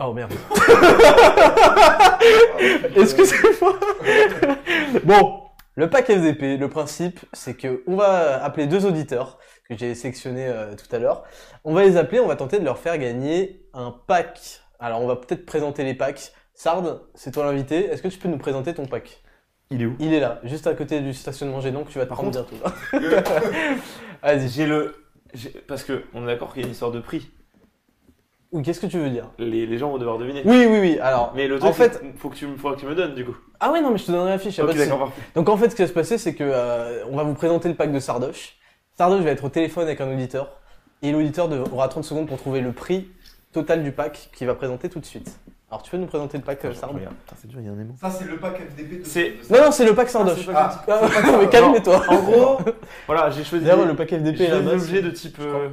Oh merde. Excusez-moi. bon, Le pack FDP, le principe, c'est que on va appeler deux auditeurs que j'ai sélectionnés euh, tout à l'heure. On va les appeler, on va tenter de leur faire gagner un pack. Alors, on va peut-être présenter les packs. Sard, c'est toi l'invité. Est-ce que tu peux nous présenter ton pack il est où Il est là, juste à côté du stationnement gênant que tu vas te Par prendre bientôt. Vas-y. J'ai le. j'ai- Parce que on est d'accord qu'il y a une histoire de prix. Ou Qu'est-ce que tu veux dire Les, les gens vont devoir deviner. Oui, oui, oui. Alors, Mais le truc, en fait, faut que tu, me- faut que tu me donnes du coup. ah ouais, non, mais je te donnerai la fiche. y a pas Ok, de souci. d'accord, parfait. Donc en fait, ce qui va se passer, c'est que euh, on va vous présenter le pack de Sardoche. Sardoche va être au téléphone avec un auditeur et l'auditeur dev- aura 30 secondes pour trouver le prix total du pack qu'il va présenter tout de suite. Alors tu peux nous présenter le pack euh, Sardoche Regarde, putain, c'est dur, il y a un émo. Ça, c'est le pack FDP de. C'est- de- Non, non, c'est le pack Sardoche. Ah, Ah, mais calme-toi. En gros, voilà, j'ai choisi. D'ailleurs, le pack j'ai FDP choisi est des là-bas. objets de type. euh,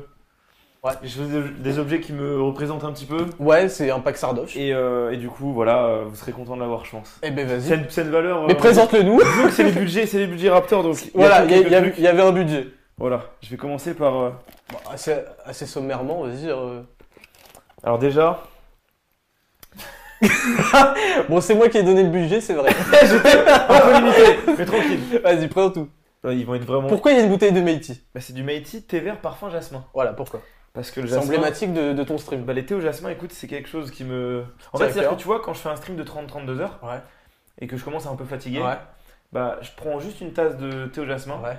Ouais. J'ai choisi des- des objets qui me représentent un petit peu. Ouais, c'est un pack Sardoche. Et, euh, et du coup, voilà, euh, vous serez content de l'avoir, je pense. Eh ben C'est vas-y. une, c'est une valeur. Mais euh, présente-le nous. vu que c'est les budgets, c'est les budgets Raptor, donc. il y a Voilà, toujours il y, a- quelques il y a- trucs. il y avait un budget. Voilà, je vais commencer par. euh, Bon, assez, assez sommairement, vas-y. euh. Alors déjà, Bon, c'est moi qui ai donné le budget, c'est vrai. un peu limité, mais tranquille. Vas-y, présente tout. Ouais, Ils vont être vraiment. Pourquoi il y a une bouteille de Meiti Bah, c'est du Meiti, thé vert, parfum jasmin. Voilà, pourquoi Parce que le C'est jasmin. emblématique de, de ton stream. Bah, les thés au jasmin, écoute, c'est quelque chose qui me. En Ça fait, c'est-à-dire fait. que tu vois, quand je fais un stream de 30-32 heures Ouais. et que je commence à un peu fatiguer, Ouais, bah, je prends juste une tasse de thé au jasmin ouais.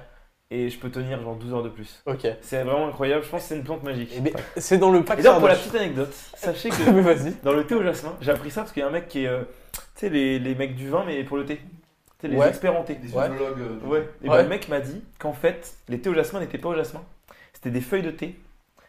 et je peux tenir genre 12 heures de plus. Ok. C'est vraiment incroyable, je pense que c'est une plante magique. Eh ben, c'est dans le pack Et d'ailleurs, pour la Sardoche. petite anecdote, sachez que Mais vas-y. dans le thé au jasmin, j'ai appris ça parce qu'il y a un mec qui est. euh, tu sais, les, les mecs du vin, mais pour le thé. Tu sais, les Ouais. experts en thé. Des Ouais. ufologues. euh, Ouais. Et Ouais. bah, le mec m'a dit qu'en fait, les thés au jasmin n'étaient pas au jasmin. C'était des feuilles de thé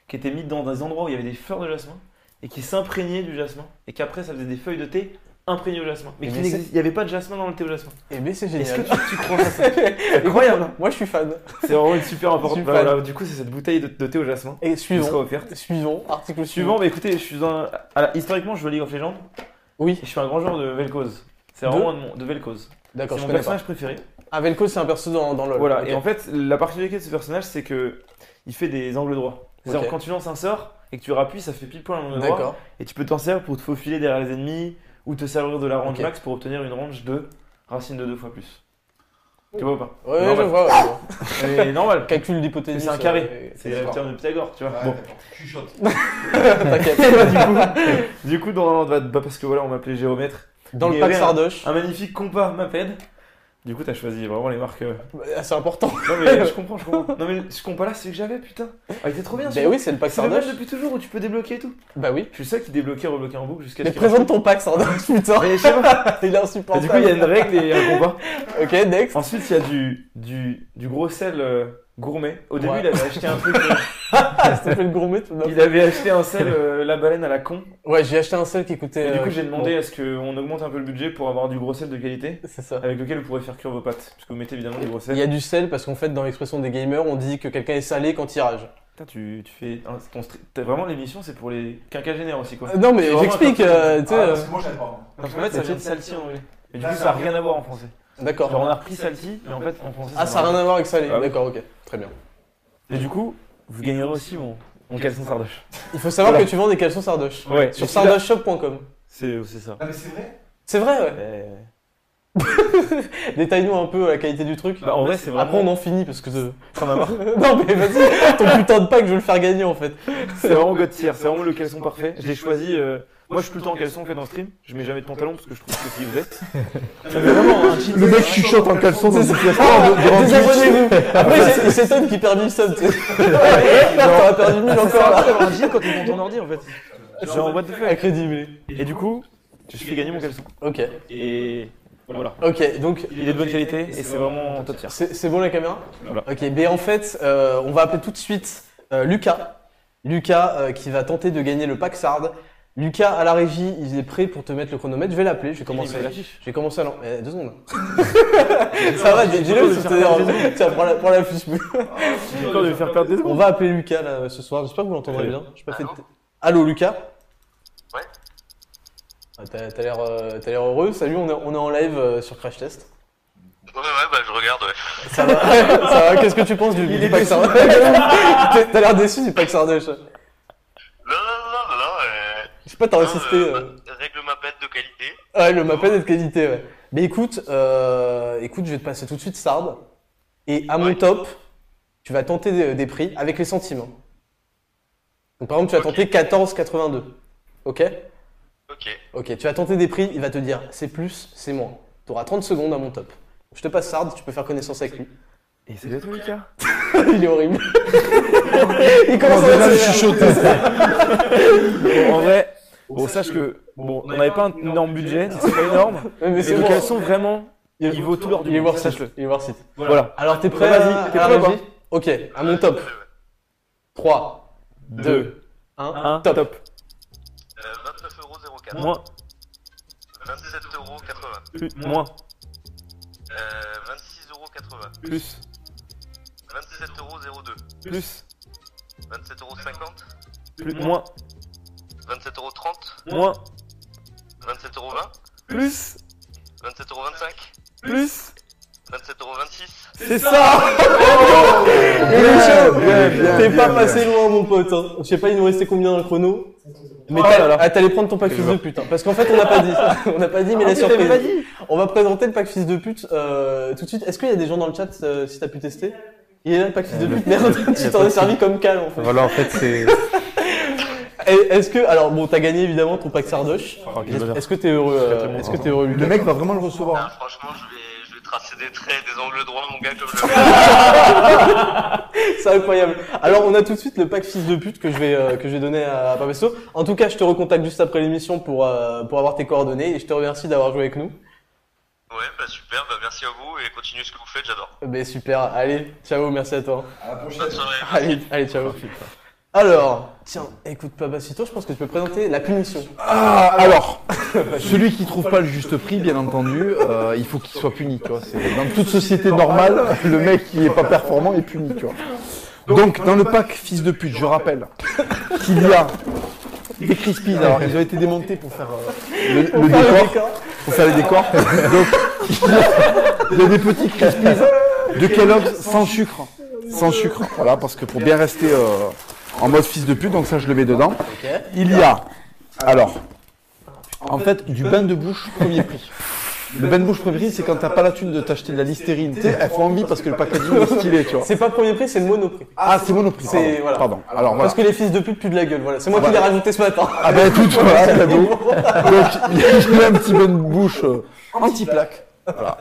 qui étaient mises dans des endroits où il y avait des fleurs de jasmin et qui s'imprégnaient du jasmin. Et qu'après, ça faisait des feuilles de thé imprégnées au jasmin. Mais, Mais qu'il mais n'existe- il n'y avait pas de jasmin dans le thé au jasmin. Eh ben, c'est Est-ce que génial. tu, tu crois ça C'est incroyable. hein. Moi, je suis fan. C'est vraiment une super importante. Super. Bah, voilà, du coup, c'est cette bouteille de, de thé au jasmin Et qui sera suivant. offerte. Suivant, article Suivant, suivant. bah écoutez, je suis un. alors, historiquement, je joue à League of Legends Oui, et je suis un grand joueur de Vel'Koz. C'est De vraiment un de, mon- de Vel'Koz. C'est d'accord, je mon connais pas. personnage préféré. Ah, Velko, c'est un perso dans, dans LoL. Voilà, Ok. et en fait, la particularité de ce personnage, c'est que il fait des angles droits. C'est-à-dire Ok. quand tu lances un sort et que tu rappuies, ça fait pile poil un angle droit. D'accord. Et tu peux t'en servir pour te faufiler derrière les ennemis ou te servir de la range Ok. max pour obtenir une range de racine de 2 fois plus. Tu vois ou pas Ouais, ouais, Normal. je vois. ouais, je vois. C'est normal. Calcul d'hypothèse. Euh, C'est un carré. C'est la théorème de Pythagore, tu vois. Ouais, Bon. bah, d'accord. Chuchote. T'inquiète. Du coup, dans bah, bah, parce que voilà, on m'appelait géomètre. Dans le Il y pack avait un- Sardoche, Un magnifique compas m'appelle. Du coup, t'as choisi vraiment les marques. euh. Ah, c'est important. Non mais je comprends, je comprends. Non mais ce compas là, c'est que j'avais, putain. Ah, il était trop bien. Bah celui-là. oui, c'est le pack C'est le même Sardoche. depuis toujours où tu peux débloquer et tout. Bah oui. Je suis le seul qui débloquait et rebloquait en boucle jusqu'à ce Mais qu'il présente ton pack Sardoche, putain. Mais je sais pas. Il est Et insupportable. du coup, il y a une règle et un combat. Ok, next. Ensuite, il y a du, du, du gros sel euh, gourmet. Au début, Ouais. il avait acheté un truc. euh, Ah, s'il te plaît, le gourmet, tout d'abord. il avait acheté un sel euh, la baleine à la con. Ouais, j'ai acheté un sel qui coûtait. Et du euh, coup, j'ai demandé bon, à ce qu'on augmente un peu le budget pour avoir du gros sel de qualité C'est ça. avec lequel vous pourrez faire cuire vos pâtes. Parce que vous mettez évidemment du gros Il y a sel. du sel parce qu'en fait, dans l'expression des gamers, on dit que quelqu'un est salé quand il rage. Putain, tu, tu fais. un- ton stri- t'as vraiment l'émission, c'est pour les quinquagénaires aussi quoi. Euh, Non, mais C'est vraiment j'explique, un euh, tu sais. Ah, euh, parce que moi, j'aime pas. moi. Parce qu'en fait, ça vient de salty en anglais. Et du coup, Là, ça n'a rien à voir en français. Genre, D'accord. on a repris salty, mais en fait, en français. Ah, ça n'a rien à voir avec salé. Ah oui. D'accord, ok. Très bien. Et du coup, vous gagnerez aussi mon, mon caleçon sardoche. Il faut savoir Voilà. que tu vends des caleçons sardoche. Ouais. Sur sardocheshop.com. C'est c'est ça. Ah, mais c'est vrai C'est vrai, Euh, ouais. Détaille-nous un peu euh, la qualité du truc. bah, en vrai, c'est Après, on vraiment, en finit parce que. euh, t'en as marre. non, mais vas-y, ton putain de pack, je veux le faire gagner en fait. c'est vraiment God tier, c'est vraiment le caleçon parfait. Je l'ai choisi. euh, moi, je suis tout le temps en caleçon fait dans le stream. Je mets jamais de pantalon parce que je trouve que c'est êtes. vraiment un jean. Le mec chuchote en caleçon dans C'est une ça. pièce noire de- durant Désabonnez-vous. Bah, Après, c'est- c'est Tom qui perd 1000 subs. tu sais. Merde, t'aurais perdu 1000 encore là. Encore un jean quand il monte ton ordi en fait. Genre, what the fuck. Incrédible. Et du coup, je fais gagner mon caleçon. Ok, Et voilà. ok, donc Il est de bonne qualité et c'est vraiment top tier. C'est c'est bon la caméra Voilà. Ok, mais en fait, euh, on va appeler tout de suite euh, Lucas. Lucas euh, qui va tenter de gagner le pack Sard. Lucas à la régie, il est prêt pour te mettre le chronomètre. Je vais l'appeler, je vais commencer. met l'affiche. Je vais commencer à l'en- eh, deux secondes. Ça va, dis-le, ça te dérange. Tiens, prends la, prends la fiche. J'ai peur de lui faire perdre des On secondes. va appeler Lucas là, ce soir. J'espère que vous l'entendrez Allô bien. J'ai pas fait. de- Allô Lucas. Ouais. Ah, T'as t'as l'air, euh, t'as l'air heureux. Salut, on est, on est en live euh, sur Crash Test. Ouais, ouais, bah je regarde, ouais. Ça va, ça va. Qu'est-ce que tu penses du, du pack Sardin T'as t'as l'air déçu du pack Sardin. Je je Non, non, non, non, non. euh, sais pas, t'as non, insisté. euh, euh. ma- Règle ma bête de qualité. Ouais, le mappa est de qualité, ouais. Mais écoute, euh, écoute, je vais te passer tout de suite Sard. Et à mon Ouais. top, tu vas tenter des, des prix avec les centimes. Donc par exemple, tu vas Ok. tenter 14,82. Ok Ok. Ok, tu vas tenter des prix, il va te dire c'est plus, c'est moins. Tu auras 30 secondes à mon top. Je te passe Sard, tu peux faire connaissance avec lui. Et c'est hein. toi, Lucas il est horrible. il commence à déjà s'énerver. chuchoter. Bon, En vrai, bon, sache que bon, on n'avait pas un énorme budget, c'est pas énorme. Ouais, Mais Mais c'est le bon. caleçon, vraiment, il vaut tout l'or du Il est monde, voir site. sache-le. Il est voir site. Voilà. Alors t'es prêt Vas-y, à- t'es à prêt la ou pas régie Ok, à Ah, mon top. 3, 2, 1, Un top. top. Euh, 29,04€. Moins, 27,80€. plus, moins, Euh, 26,80€. plus, 27,02€. plus, 27,50€. plus, moins, 27,30€. moins, 27,20€. plus, 27,25€. plus. 27,26€. C'est ça Bien, bien, bien, T'es bien, pas passé loin, mon pote. hein. Je sais pas, il nous restait combien dans le chrono. Mais Oh t'as- là là. ah, t'allais prendre ton pack fils de pute. hein. Parce qu'en fait, on n'a pas dit. on n'a pas dit, mais la surprise. On va présenter le pack fils de pute euh, tout de suite. Est-ce qu'il y a des gens dans le chat euh, si t'as pu tester Il est là, le pack fils de pute. Merde, tu t'en es servi comme calme en fait. Voilà, en fait, c'est. Et Est-ce que. Alors, bon, t'as gagné évidemment ton pack sardoche. Oh, quel bonheur. Est-ce que t'es heureux euh, Est-ce que t'es heureux, Lucas Le mec va vraiment le Ah, recevoir. franchement, je vais, je vais tracer des traits, des angles droits, mon gars, comme le. C'est incroyable. Alors on a tout de suite le pack fils de pute que je vais euh, que je vais donner à Papesto. En tout cas, je te recontacte juste après l'émission pour euh, pour avoir tes coordonnées et je te remercie d'avoir joué avec nous. Ouais, bah super, bah merci à vous et continuez ce que vous faites, j'adore. Eh Ben super. Allez, ciao, merci à toi. À la prochaine. Bonne soirée. Allez, allez, ciao. Alors, tiens, écoute Papacito, je pense que tu peux présenter la punition. Ah, alors, celui qui trouve pas le juste prix, bien entendu, euh, il faut qu'il soit puni, tu vois. C'est- Dans toute société normale, le mec qui est pas performant est puni, tu vois. Donc, dans le pack fils de pute, je rappelle qu'il y a des crispies. Alors, ils ont été démontés pour faire euh, le, le Ah, décor, d'accord. pour faire les décors. Donc, il y a des petits crispies de Kellogg's sans sucre. Sans sucre, voilà, parce que pour bien rester euh, en mode fils de pute, donc ça, je le mets dedans. Ok. Il y a, alors, en fait, du bain de bouche premier prix. Le bain de bouche premier prix, c'est quand t'as pas la thune de t'acheter de la listérine. Tu sais, elles font envie parce que le packaging est stylé, tu vois. C'est pas premier prix, c'est le monoprix. Ah, c'est monoprix. C'est- Pardon. voilà. Pardon. Alors, voilà. Parce que les fils de pute puent de la gueule. Voilà, c'est moi qui Voilà. l'ai rajouté ce matin. Ah ben, tout, voilà, c'est beau. Donc, il y a un petit bain de bouche euh, anti-plaque. Voilà.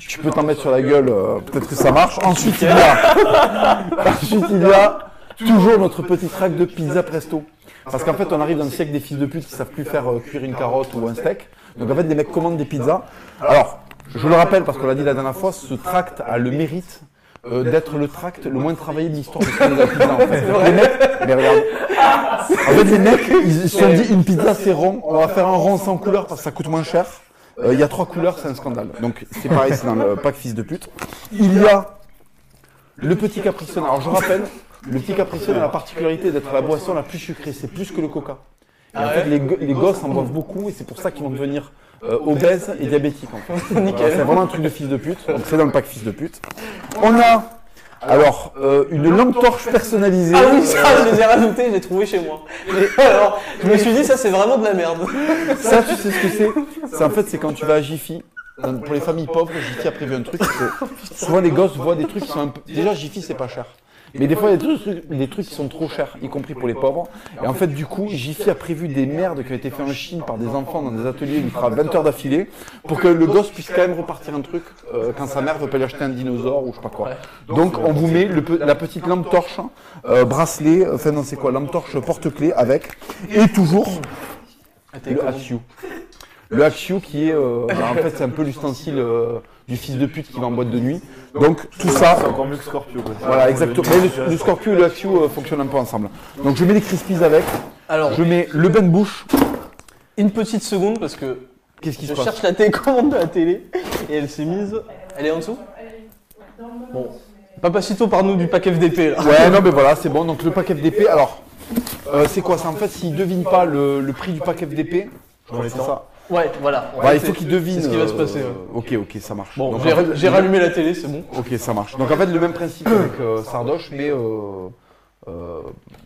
Tu peux t'en mettre sur la gueule, euh, peut-être que ça marche. Ensuite, il y a, ensuite, il y a toujours notre petit track de pizza presto. Parce qu'en fait, on arrive dans le siècle des fils de pute qui savent plus faire euh, cuire une carotte ou un steak. Donc en fait, les mecs commandent des pizzas. Alors, je le rappelle parce qu'on l'a dit la dernière fois, ce tract a le mérite euh, d'être le tract le moins travaillé de l'histoire de ce qu'on nous a pizza. En fait. Les mecs, mais regarde. En fait, les mecs, ils ils se sont dit une pizza c'est rond, on va faire un rond sans couleur parce que ça coûte moins cher. Euh, Il y a trois couleurs, c'est un scandale. Donc c'est pareil, c'est dans le pack fils de pute. Il y a le petit capricione. Alors je rappelle, le petit capricione a la particularité d'être la boisson la plus sucrée, c'est plus que le coca. Et Ah en fait, les, go- les gosses en boivent beaucoup et c'est pour ça qu'ils vont devenir euh, obèses et diabétiques. En fait. Voilà, c'est vraiment un truc de fils de pute. Donc c'est dans le pack fils de pute. On a alors euh, une lampe torche personnalisée. Ah oui, ça, je les ai rajoutés, j'ai trouvé chez moi. Et alors, je me suis dit, ça, c'est vraiment de la merde. Ça, tu sais ce que c'est C'est en fait, c'est quand tu vas à Jiffy. Dans- Pour les familles pauvres, Jiffy a prévu un truc. c'est que souvent, les gosses voient des trucs qui sont un peu. Déjà, Jiffy, c'est pas cher. Mais des fois, il y a des trucs, des trucs qui sont trop chers, y compris pour les pauvres. Et en fait, du coup, Jiffy a prévu des merdes qui ont été faites en Chine par des enfants dans des ateliers où il fera 20 heures d'affilée pour que le gosse puisse quand même repartir un truc euh, quand sa mère veut pas lui acheter un dinosaure ou je sais pas quoi. Donc, on vous met le pe- la petite lampe torche, euh, bracelet, euh, enfin, non, c'est quoi, lampe torche porte-clé avec. Et toujours, le Hachiu. Le Hachiu qui est, euh, bah, en fait, c'est un peu l'ustensile euh, du fils de pute qui va en boîte de nuit. Donc tout ça, C'est encore mieux que Scorpio, quoi. voilà, exactement. Mais le, le Scorpio et le Hachiu euh, fonctionnent un peu ensemble. Donc je mets les crispies avec, Alors, je mets le Ben bain de bouche. une petite seconde parce que Qu'est-ce qui se je passe cherche la télécommande de la télé et elle s'est mise. Elle est en dessous Bon. Papacito, parle-nous du pack FDP là. Ouais, non, mais voilà, c'est bon. Donc le pack FDP, alors, euh, c'est quoi ça En fait, s'ils devinent pas le, le prix du pack FDP, je crois que c'est ça. Ouais, voilà. Bah, il faut qu'il devine. c'est ce qui va se euh, passer, ouais. Ok, ok, ça marche. Bon, Donc, j'ai en fait, j'ai rallumé la télé, c'est bon. Ok, ça marche. Donc en fait, le même principe avec euh, Sardoche, mais. Euh, euh,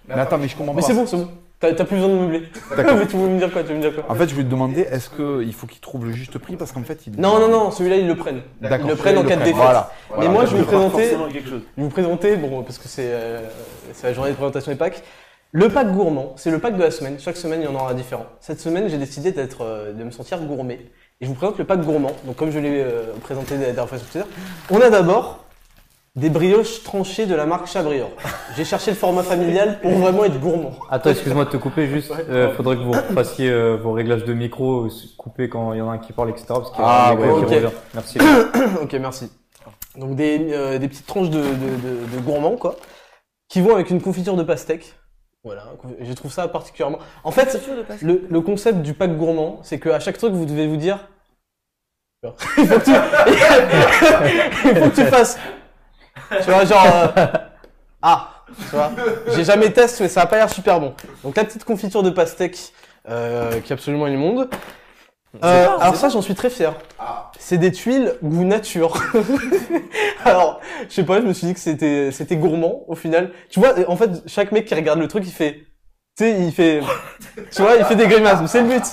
Mais attends, mais je comprends Mais pas. c'est bon, c'est bon. T'as t'as plus besoin de meubler. D'accord. Mais tu veux me dire quoi Tu veux me dire quoi En fait, je voulais te demander, est-ce qu'il faut qu'il trouve le juste prix Parce qu'en fait, il. Non, non, non, celui-là, ils le prennent. D'accord. Ils le prennent en Ils cas de prennent. défaite. Voilà. Mais Voilà. moi, je vais vous présenter, forcément quelque chose. je vais vous présenter, bon, parce que c'est euh, c'est la journée de présentation des packs. Le pack gourmand, c'est le pack de la semaine. Chaque semaine, il y en aura différent. Cette semaine, j'ai décidé d'être, euh, de me sentir gourmet. Et je vous présente le pack gourmand. Donc, comme je l'ai euh, présenté la dernière fois sur Twitter, on a d'abord des brioches tranchées de la marque Chabrior. J'ai cherché le format familial pour vraiment être gourmand. Attends, excuse-moi de te couper juste. Euh, faudrait que vous fassiez euh, vos réglages de micro, euh, couper quand il y en a un qui parle, etc. Parce qu'il y en a Ah, un micro ouais, ok. qui revient. Merci. Ok, merci. Donc des, euh, des petites tranches de, de, de- de gourmands, quoi, qui vont avec une confiture de pastèque. Voilà, je trouve ça particulièrement... En fait, le, le concept du pack gourmand, c'est qu'à chaque truc, vous devez vous dire... Il faut que tu, il faut que tu fasses... Tu vois, genre... euh, Ah, tu vois. J'ai jamais testé, mais ça a pas l'air super bon. Donc la petite confiture de pastèque, euh, qui est absolument immonde. Euh, alors ça, j'en suis très fier. C'est des tuiles goût nature. Alors, je sais pas, je me suis dit que c'était c'était gourmand au final. Tu vois, en fait, chaque mec qui regarde le truc, il fait, tu sais, il fait, tu vois, il fait des grimaces. mais C'est le but.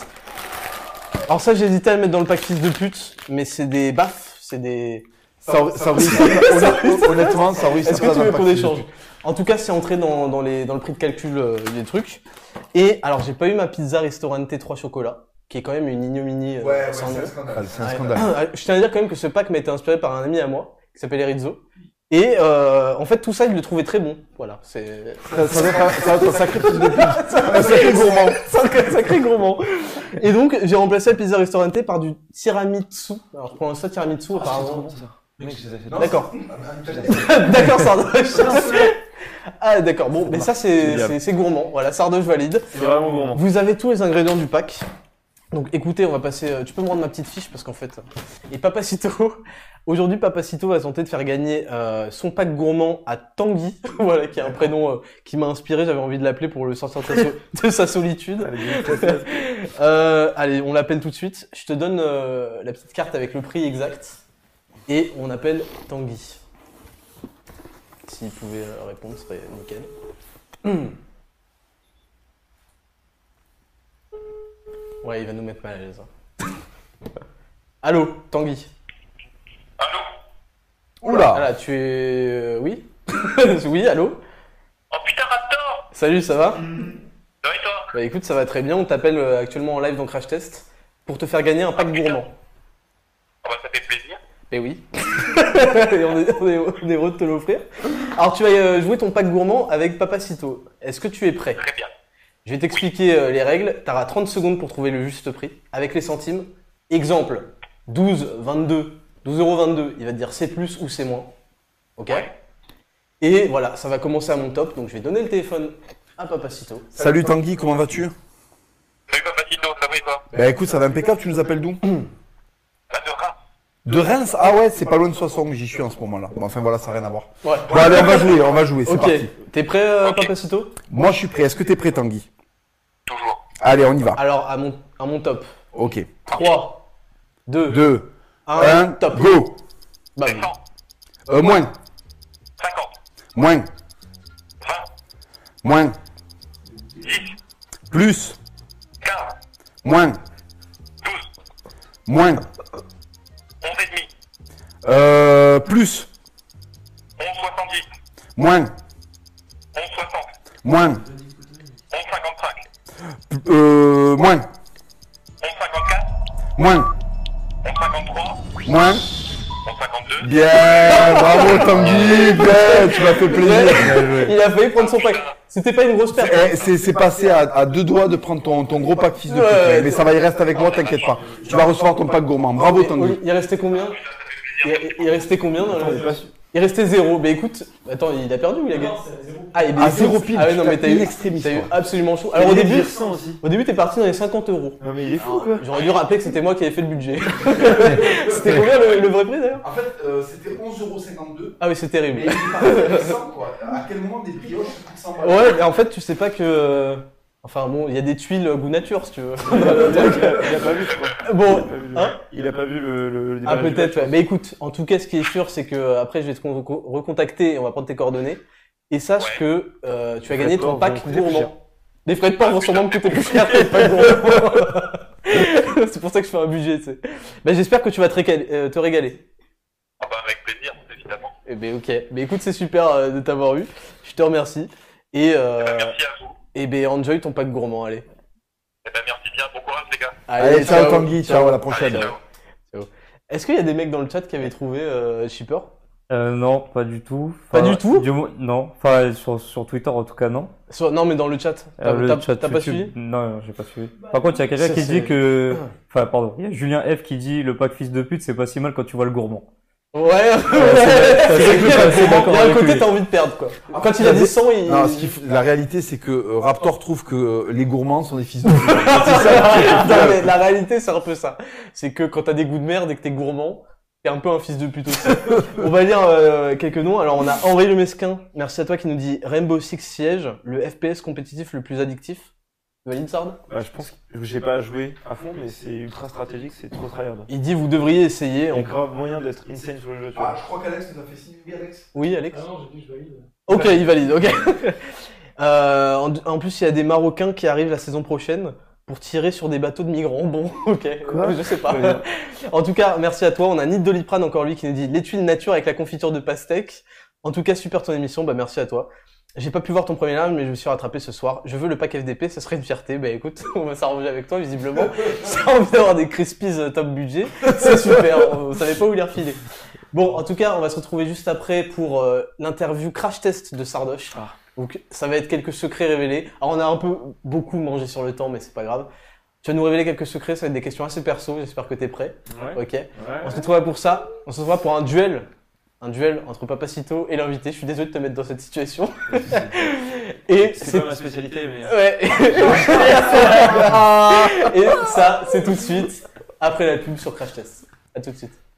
Alors ça, j'hésitais à le mettre dans le pack fils de pute, mais c'est des baffes, c'est des. Ça, ça, oui, honnêtement, honnêtement, ça oui, ça Est-ce que pas tu veux d'impact qu'on sur- échange En tout cas, c'est entré dans, dans les dans le prix de calcul euh, des trucs. Et alors, j'ai pas eu ma pizza restaurante T3 chocolat, qui est quand même une ignominie. euh, Ouais, ouais, c'est sans nom. un scandale. Ah, C'est un Ouais. scandale. Je tiens à dire quand même que ce pack m'a été inspiré par un ami à moi qui s'appelle Erizzo. Et euh, en fait, tout ça, il le trouvait très bon. Voilà, c'est Ça, ça va être un- ça va être un sacré fils de pute. Un sacré gourmand. c'est un sacré gourmand. Et donc, j'ai remplacé la pizza restaurantée par du tiramisu. Alors, je prononce ça tiramisu, apparemment. Non, D'accord. c'est- Ah, putain, j'ai- d'accord, Sardoche. ah, d'accord. Bon, mais ça, c'est- Génial. c'est c'est gourmand. Voilà, Sardoche valide. C'est vraiment gourmand. Vous avez tous les ingrédients du pack. Donc écoutez, on va passer. euh, Tu peux me rendre ma petite fiche parce qu'en fait. euh, Et Papacito. Aujourd'hui, Papacito va tenter de faire gagner euh, son pack gourmand à Tanguy, voilà, qui est un prénom euh, qui m'a inspiré. J'avais envie de l'appeler pour le sortir de sa, so- de sa solitude. Euh, allez, on l'appelle tout de suite. Je te donne euh, la petite carte avec le prix exact et on appelle Tanguy. S'il pouvait euh, répondre, ce serait nickel. Ouais, il va nous mettre mal à l'aise. hein. Allô, Tanguy. Allô Ah Oula. là, tu es. euh, Oui Oui, allô Oh putain, Raptor Salut, ça va Non, et toi Bah écoute, ça va très bien. On t'appelle euh, actuellement en live dans Crash Test pour te faire gagner un pack gourmand. Oh bah, ça fait plaisir. Eh oui. Et on, est, on est- on est heureux de te l'offrir. Alors, tu vas euh, jouer ton pack gourmand avec Papacito. Est-ce que tu es prêt Très bien. Je vais t'expliquer euh, les règles. T'auras 30 secondes pour trouver le juste prix avec les centimes. Exemple 12, 22, 12,22 euros. Il va te dire c'est plus ou c'est moins. Ok Et voilà, ça va commencer à mon top. Donc je vais donner le téléphone à Papacito. Salut Tanguy, comment vas-tu Salut, Papacito, ça va et toi Bah écoute, ça va impeccable, tu nous appelles d'où Là, de Reims. De Reims Ah ouais, c'est pas loin de Soissons que j'y suis en ce moment-là. Bon, enfin voilà, ça n'a rien à voir. Ouais. Bon allez, on va jouer, on va jouer, c'est Ok. parti. T'es prêt, euh, Ok. Papacito Moi je suis prêt, est-ce que t'es prêt Tanguy Toujours. Allez, on y va. Alors, à mon, à mon top. Ok. 3, 2, 2, 1, 1, top. go Bah oui. 100, Euh, Moins, 50, moins, 20, moins, 10, plus, 15, moins, 12, moins, 11 et demi, euh, plus, 11, 70, moins, 11, 60, moins, 11, 55, euh, moins, 11, 54, moins, 11, 53, moins. 11, 52. Bien, bravo Tanguy, bien, tu m'as fait plaisir. Bien joué. Il a failli prendre son pack. C'était pas une grosse perte. Eh, C'est c'est passé à, à deux doigts de prendre ton, ton gros pack fils de pute, Eh, Ouais. mais ça va, il reste avec moi, t'inquiète pas. Tu vas recevoir ton pack gourmand. Bravo Tanguy. Il restait combien il, il restait combien dans la- Il restait zéro. Mais écoute, attends, il a perdu ou il a gagné Ah, il est Ah, zéro pile. Ah ouais, non, Putain, mais t'as eu, in extremis, t'as eu quoi. absolument chaud. Alors au début, 100 aussi. au début, t'es parti dans les 50 euros. Non mais il est fou quoi. J'aurais dû rappeler que c'était moi qui avais fait le budget. c'était combien le, le vrai prix d'ailleurs En fait, euh, c'était 11,52€. Ah oui, c'est Mais terrible. il est pas intéressant, quoi. À quel moment des brioches coûtent 100 balles Ouais, mais en fait, tu sais pas que. euh, Enfin bon, il y a des tuiles euh, goût nature si tu veux. Euh, Il a pas vu, je crois. bon, Il a pas vu, hein Il a pas vu le, le- le ah déballage du peut-être. ouais. Mais écoute, en tout cas, ce qui est sûr, c'est que euh, après, je vais te con- reco- recontacter et on va prendre tes coordonnées. Et sache Ouais. que euh, tu as Les gagné frais de ton port vont pack coûter plus cher. gourmand. Les frais de Ah, port vont sûrement me coûter plus cher que le pack gourmand. c'est pour ça que je fais un budget. tu sais. Ben, j'espère que tu vas te, récal- euh, te régaler. Ah bah, avec plaisir, évidemment. Eh ben ok. Mais écoute, c'est super euh, de t'avoir eu. Je te remercie. Et euh, Bah, Merci à vous. eh ben enjoy ton pack gourmand, allez. Eh ben, merci bien. Bon courage, les gars. Allez, ciao Tanguy, ciao, à la prochaine. Allez, ciao. Est-ce qu'il y a des mecs dans le chat qui avaient trouvé euh, Shipper Euh, non, pas du tout. Pas Enfin, du tout moins- Non, enfin sur, sur Twitter en tout cas non. Sur- Non, mais dans le chat. T'as Euh, le t'as- chat t'as pas YouTube, suivi Non, non, j'ai pas suivi. Par contre, il y a quelqu'un Ça, qui c'est- dit que, enfin pardon, il y a Julien F qui dit le pack fils de pute c'est pas si mal quand tu vois le gourmand. Ouais, ouais. ça, c'est Il y a d'accord, c'est d'accord un avec côté, lui. t'as envie de perdre, quoi. Ah, Quand il a la- dit 100, il... Non, ce qu'il faut- la réalité, c'est que euh, Raptor trouve que euh, les gourmands sont des fils de pute. C'est ça. Non, mais la réalité, c'est un peu ça. C'est que quand t'as des goûts de merde et que t'es gourmand, t'es un peu un fils de pute aussi. on va lire euh, quelques noms. Alors, on a Henri Le Mesquin. Merci à toi qui nous dit Rainbow Six Siege, le FPS compétitif le plus addictif. Tu Valides Sard Bah, je pense que j'ai pas joué à fond, mais c'est ultra stratégique, c'est trop tryhard. Il dit vous devriez essayer. Il y a On- grave moyen d'être insane sur le jeu, tu Ah, vois. je crois qu'Alex nous a fait signe. Oui, Alex. Oui, Alex. Ah non, j'ai dit que je valide. Ok, il valide. Ok. Euh, en, en plus, il y a des Marocains qui arrivent la saison prochaine pour tirer sur des bateaux de migrants. Bon, ok. Quoi Je sais pas. En tout cas, merci à toi. On a Nid Doliprane encore lui qui nous dit les tuiles nature avec la confiture de pastèque. En tout cas, super ton émission. Bah, merci à toi. J'ai pas pu voir ton premier live, mais je me suis rattrapé ce soir. Je veux le pack FDP, ça serait une fierté. Bah écoute, on va s'arranger avec toi, visiblement. Ça a envie d'avoir des Crispies euh, top budget. C'est super, on savait pas où les refiler. Bon, en tout cas, on va se retrouver juste après pour euh, l'interview crash test de Sardoche. Ah. Donc, ça va être quelques secrets révélés. Alors, on a un peu beaucoup mangé sur le temps, mais c'est pas grave. Tu vas nous révéler quelques secrets, ça va être des questions assez perso, j'espère que t'es prêt. Ouais. Ok. Ouais. On se retrouvera pour ça. On se retrouvera pour un duel. Un duel entre Papacito et l'invité. Je suis désolé de te mettre dans cette situation. et C'est c'est. pas ma spécialité, mais. euh, Ouais. et ça, c'est tout de suite après la pub sur Crash Test. À tout de suite.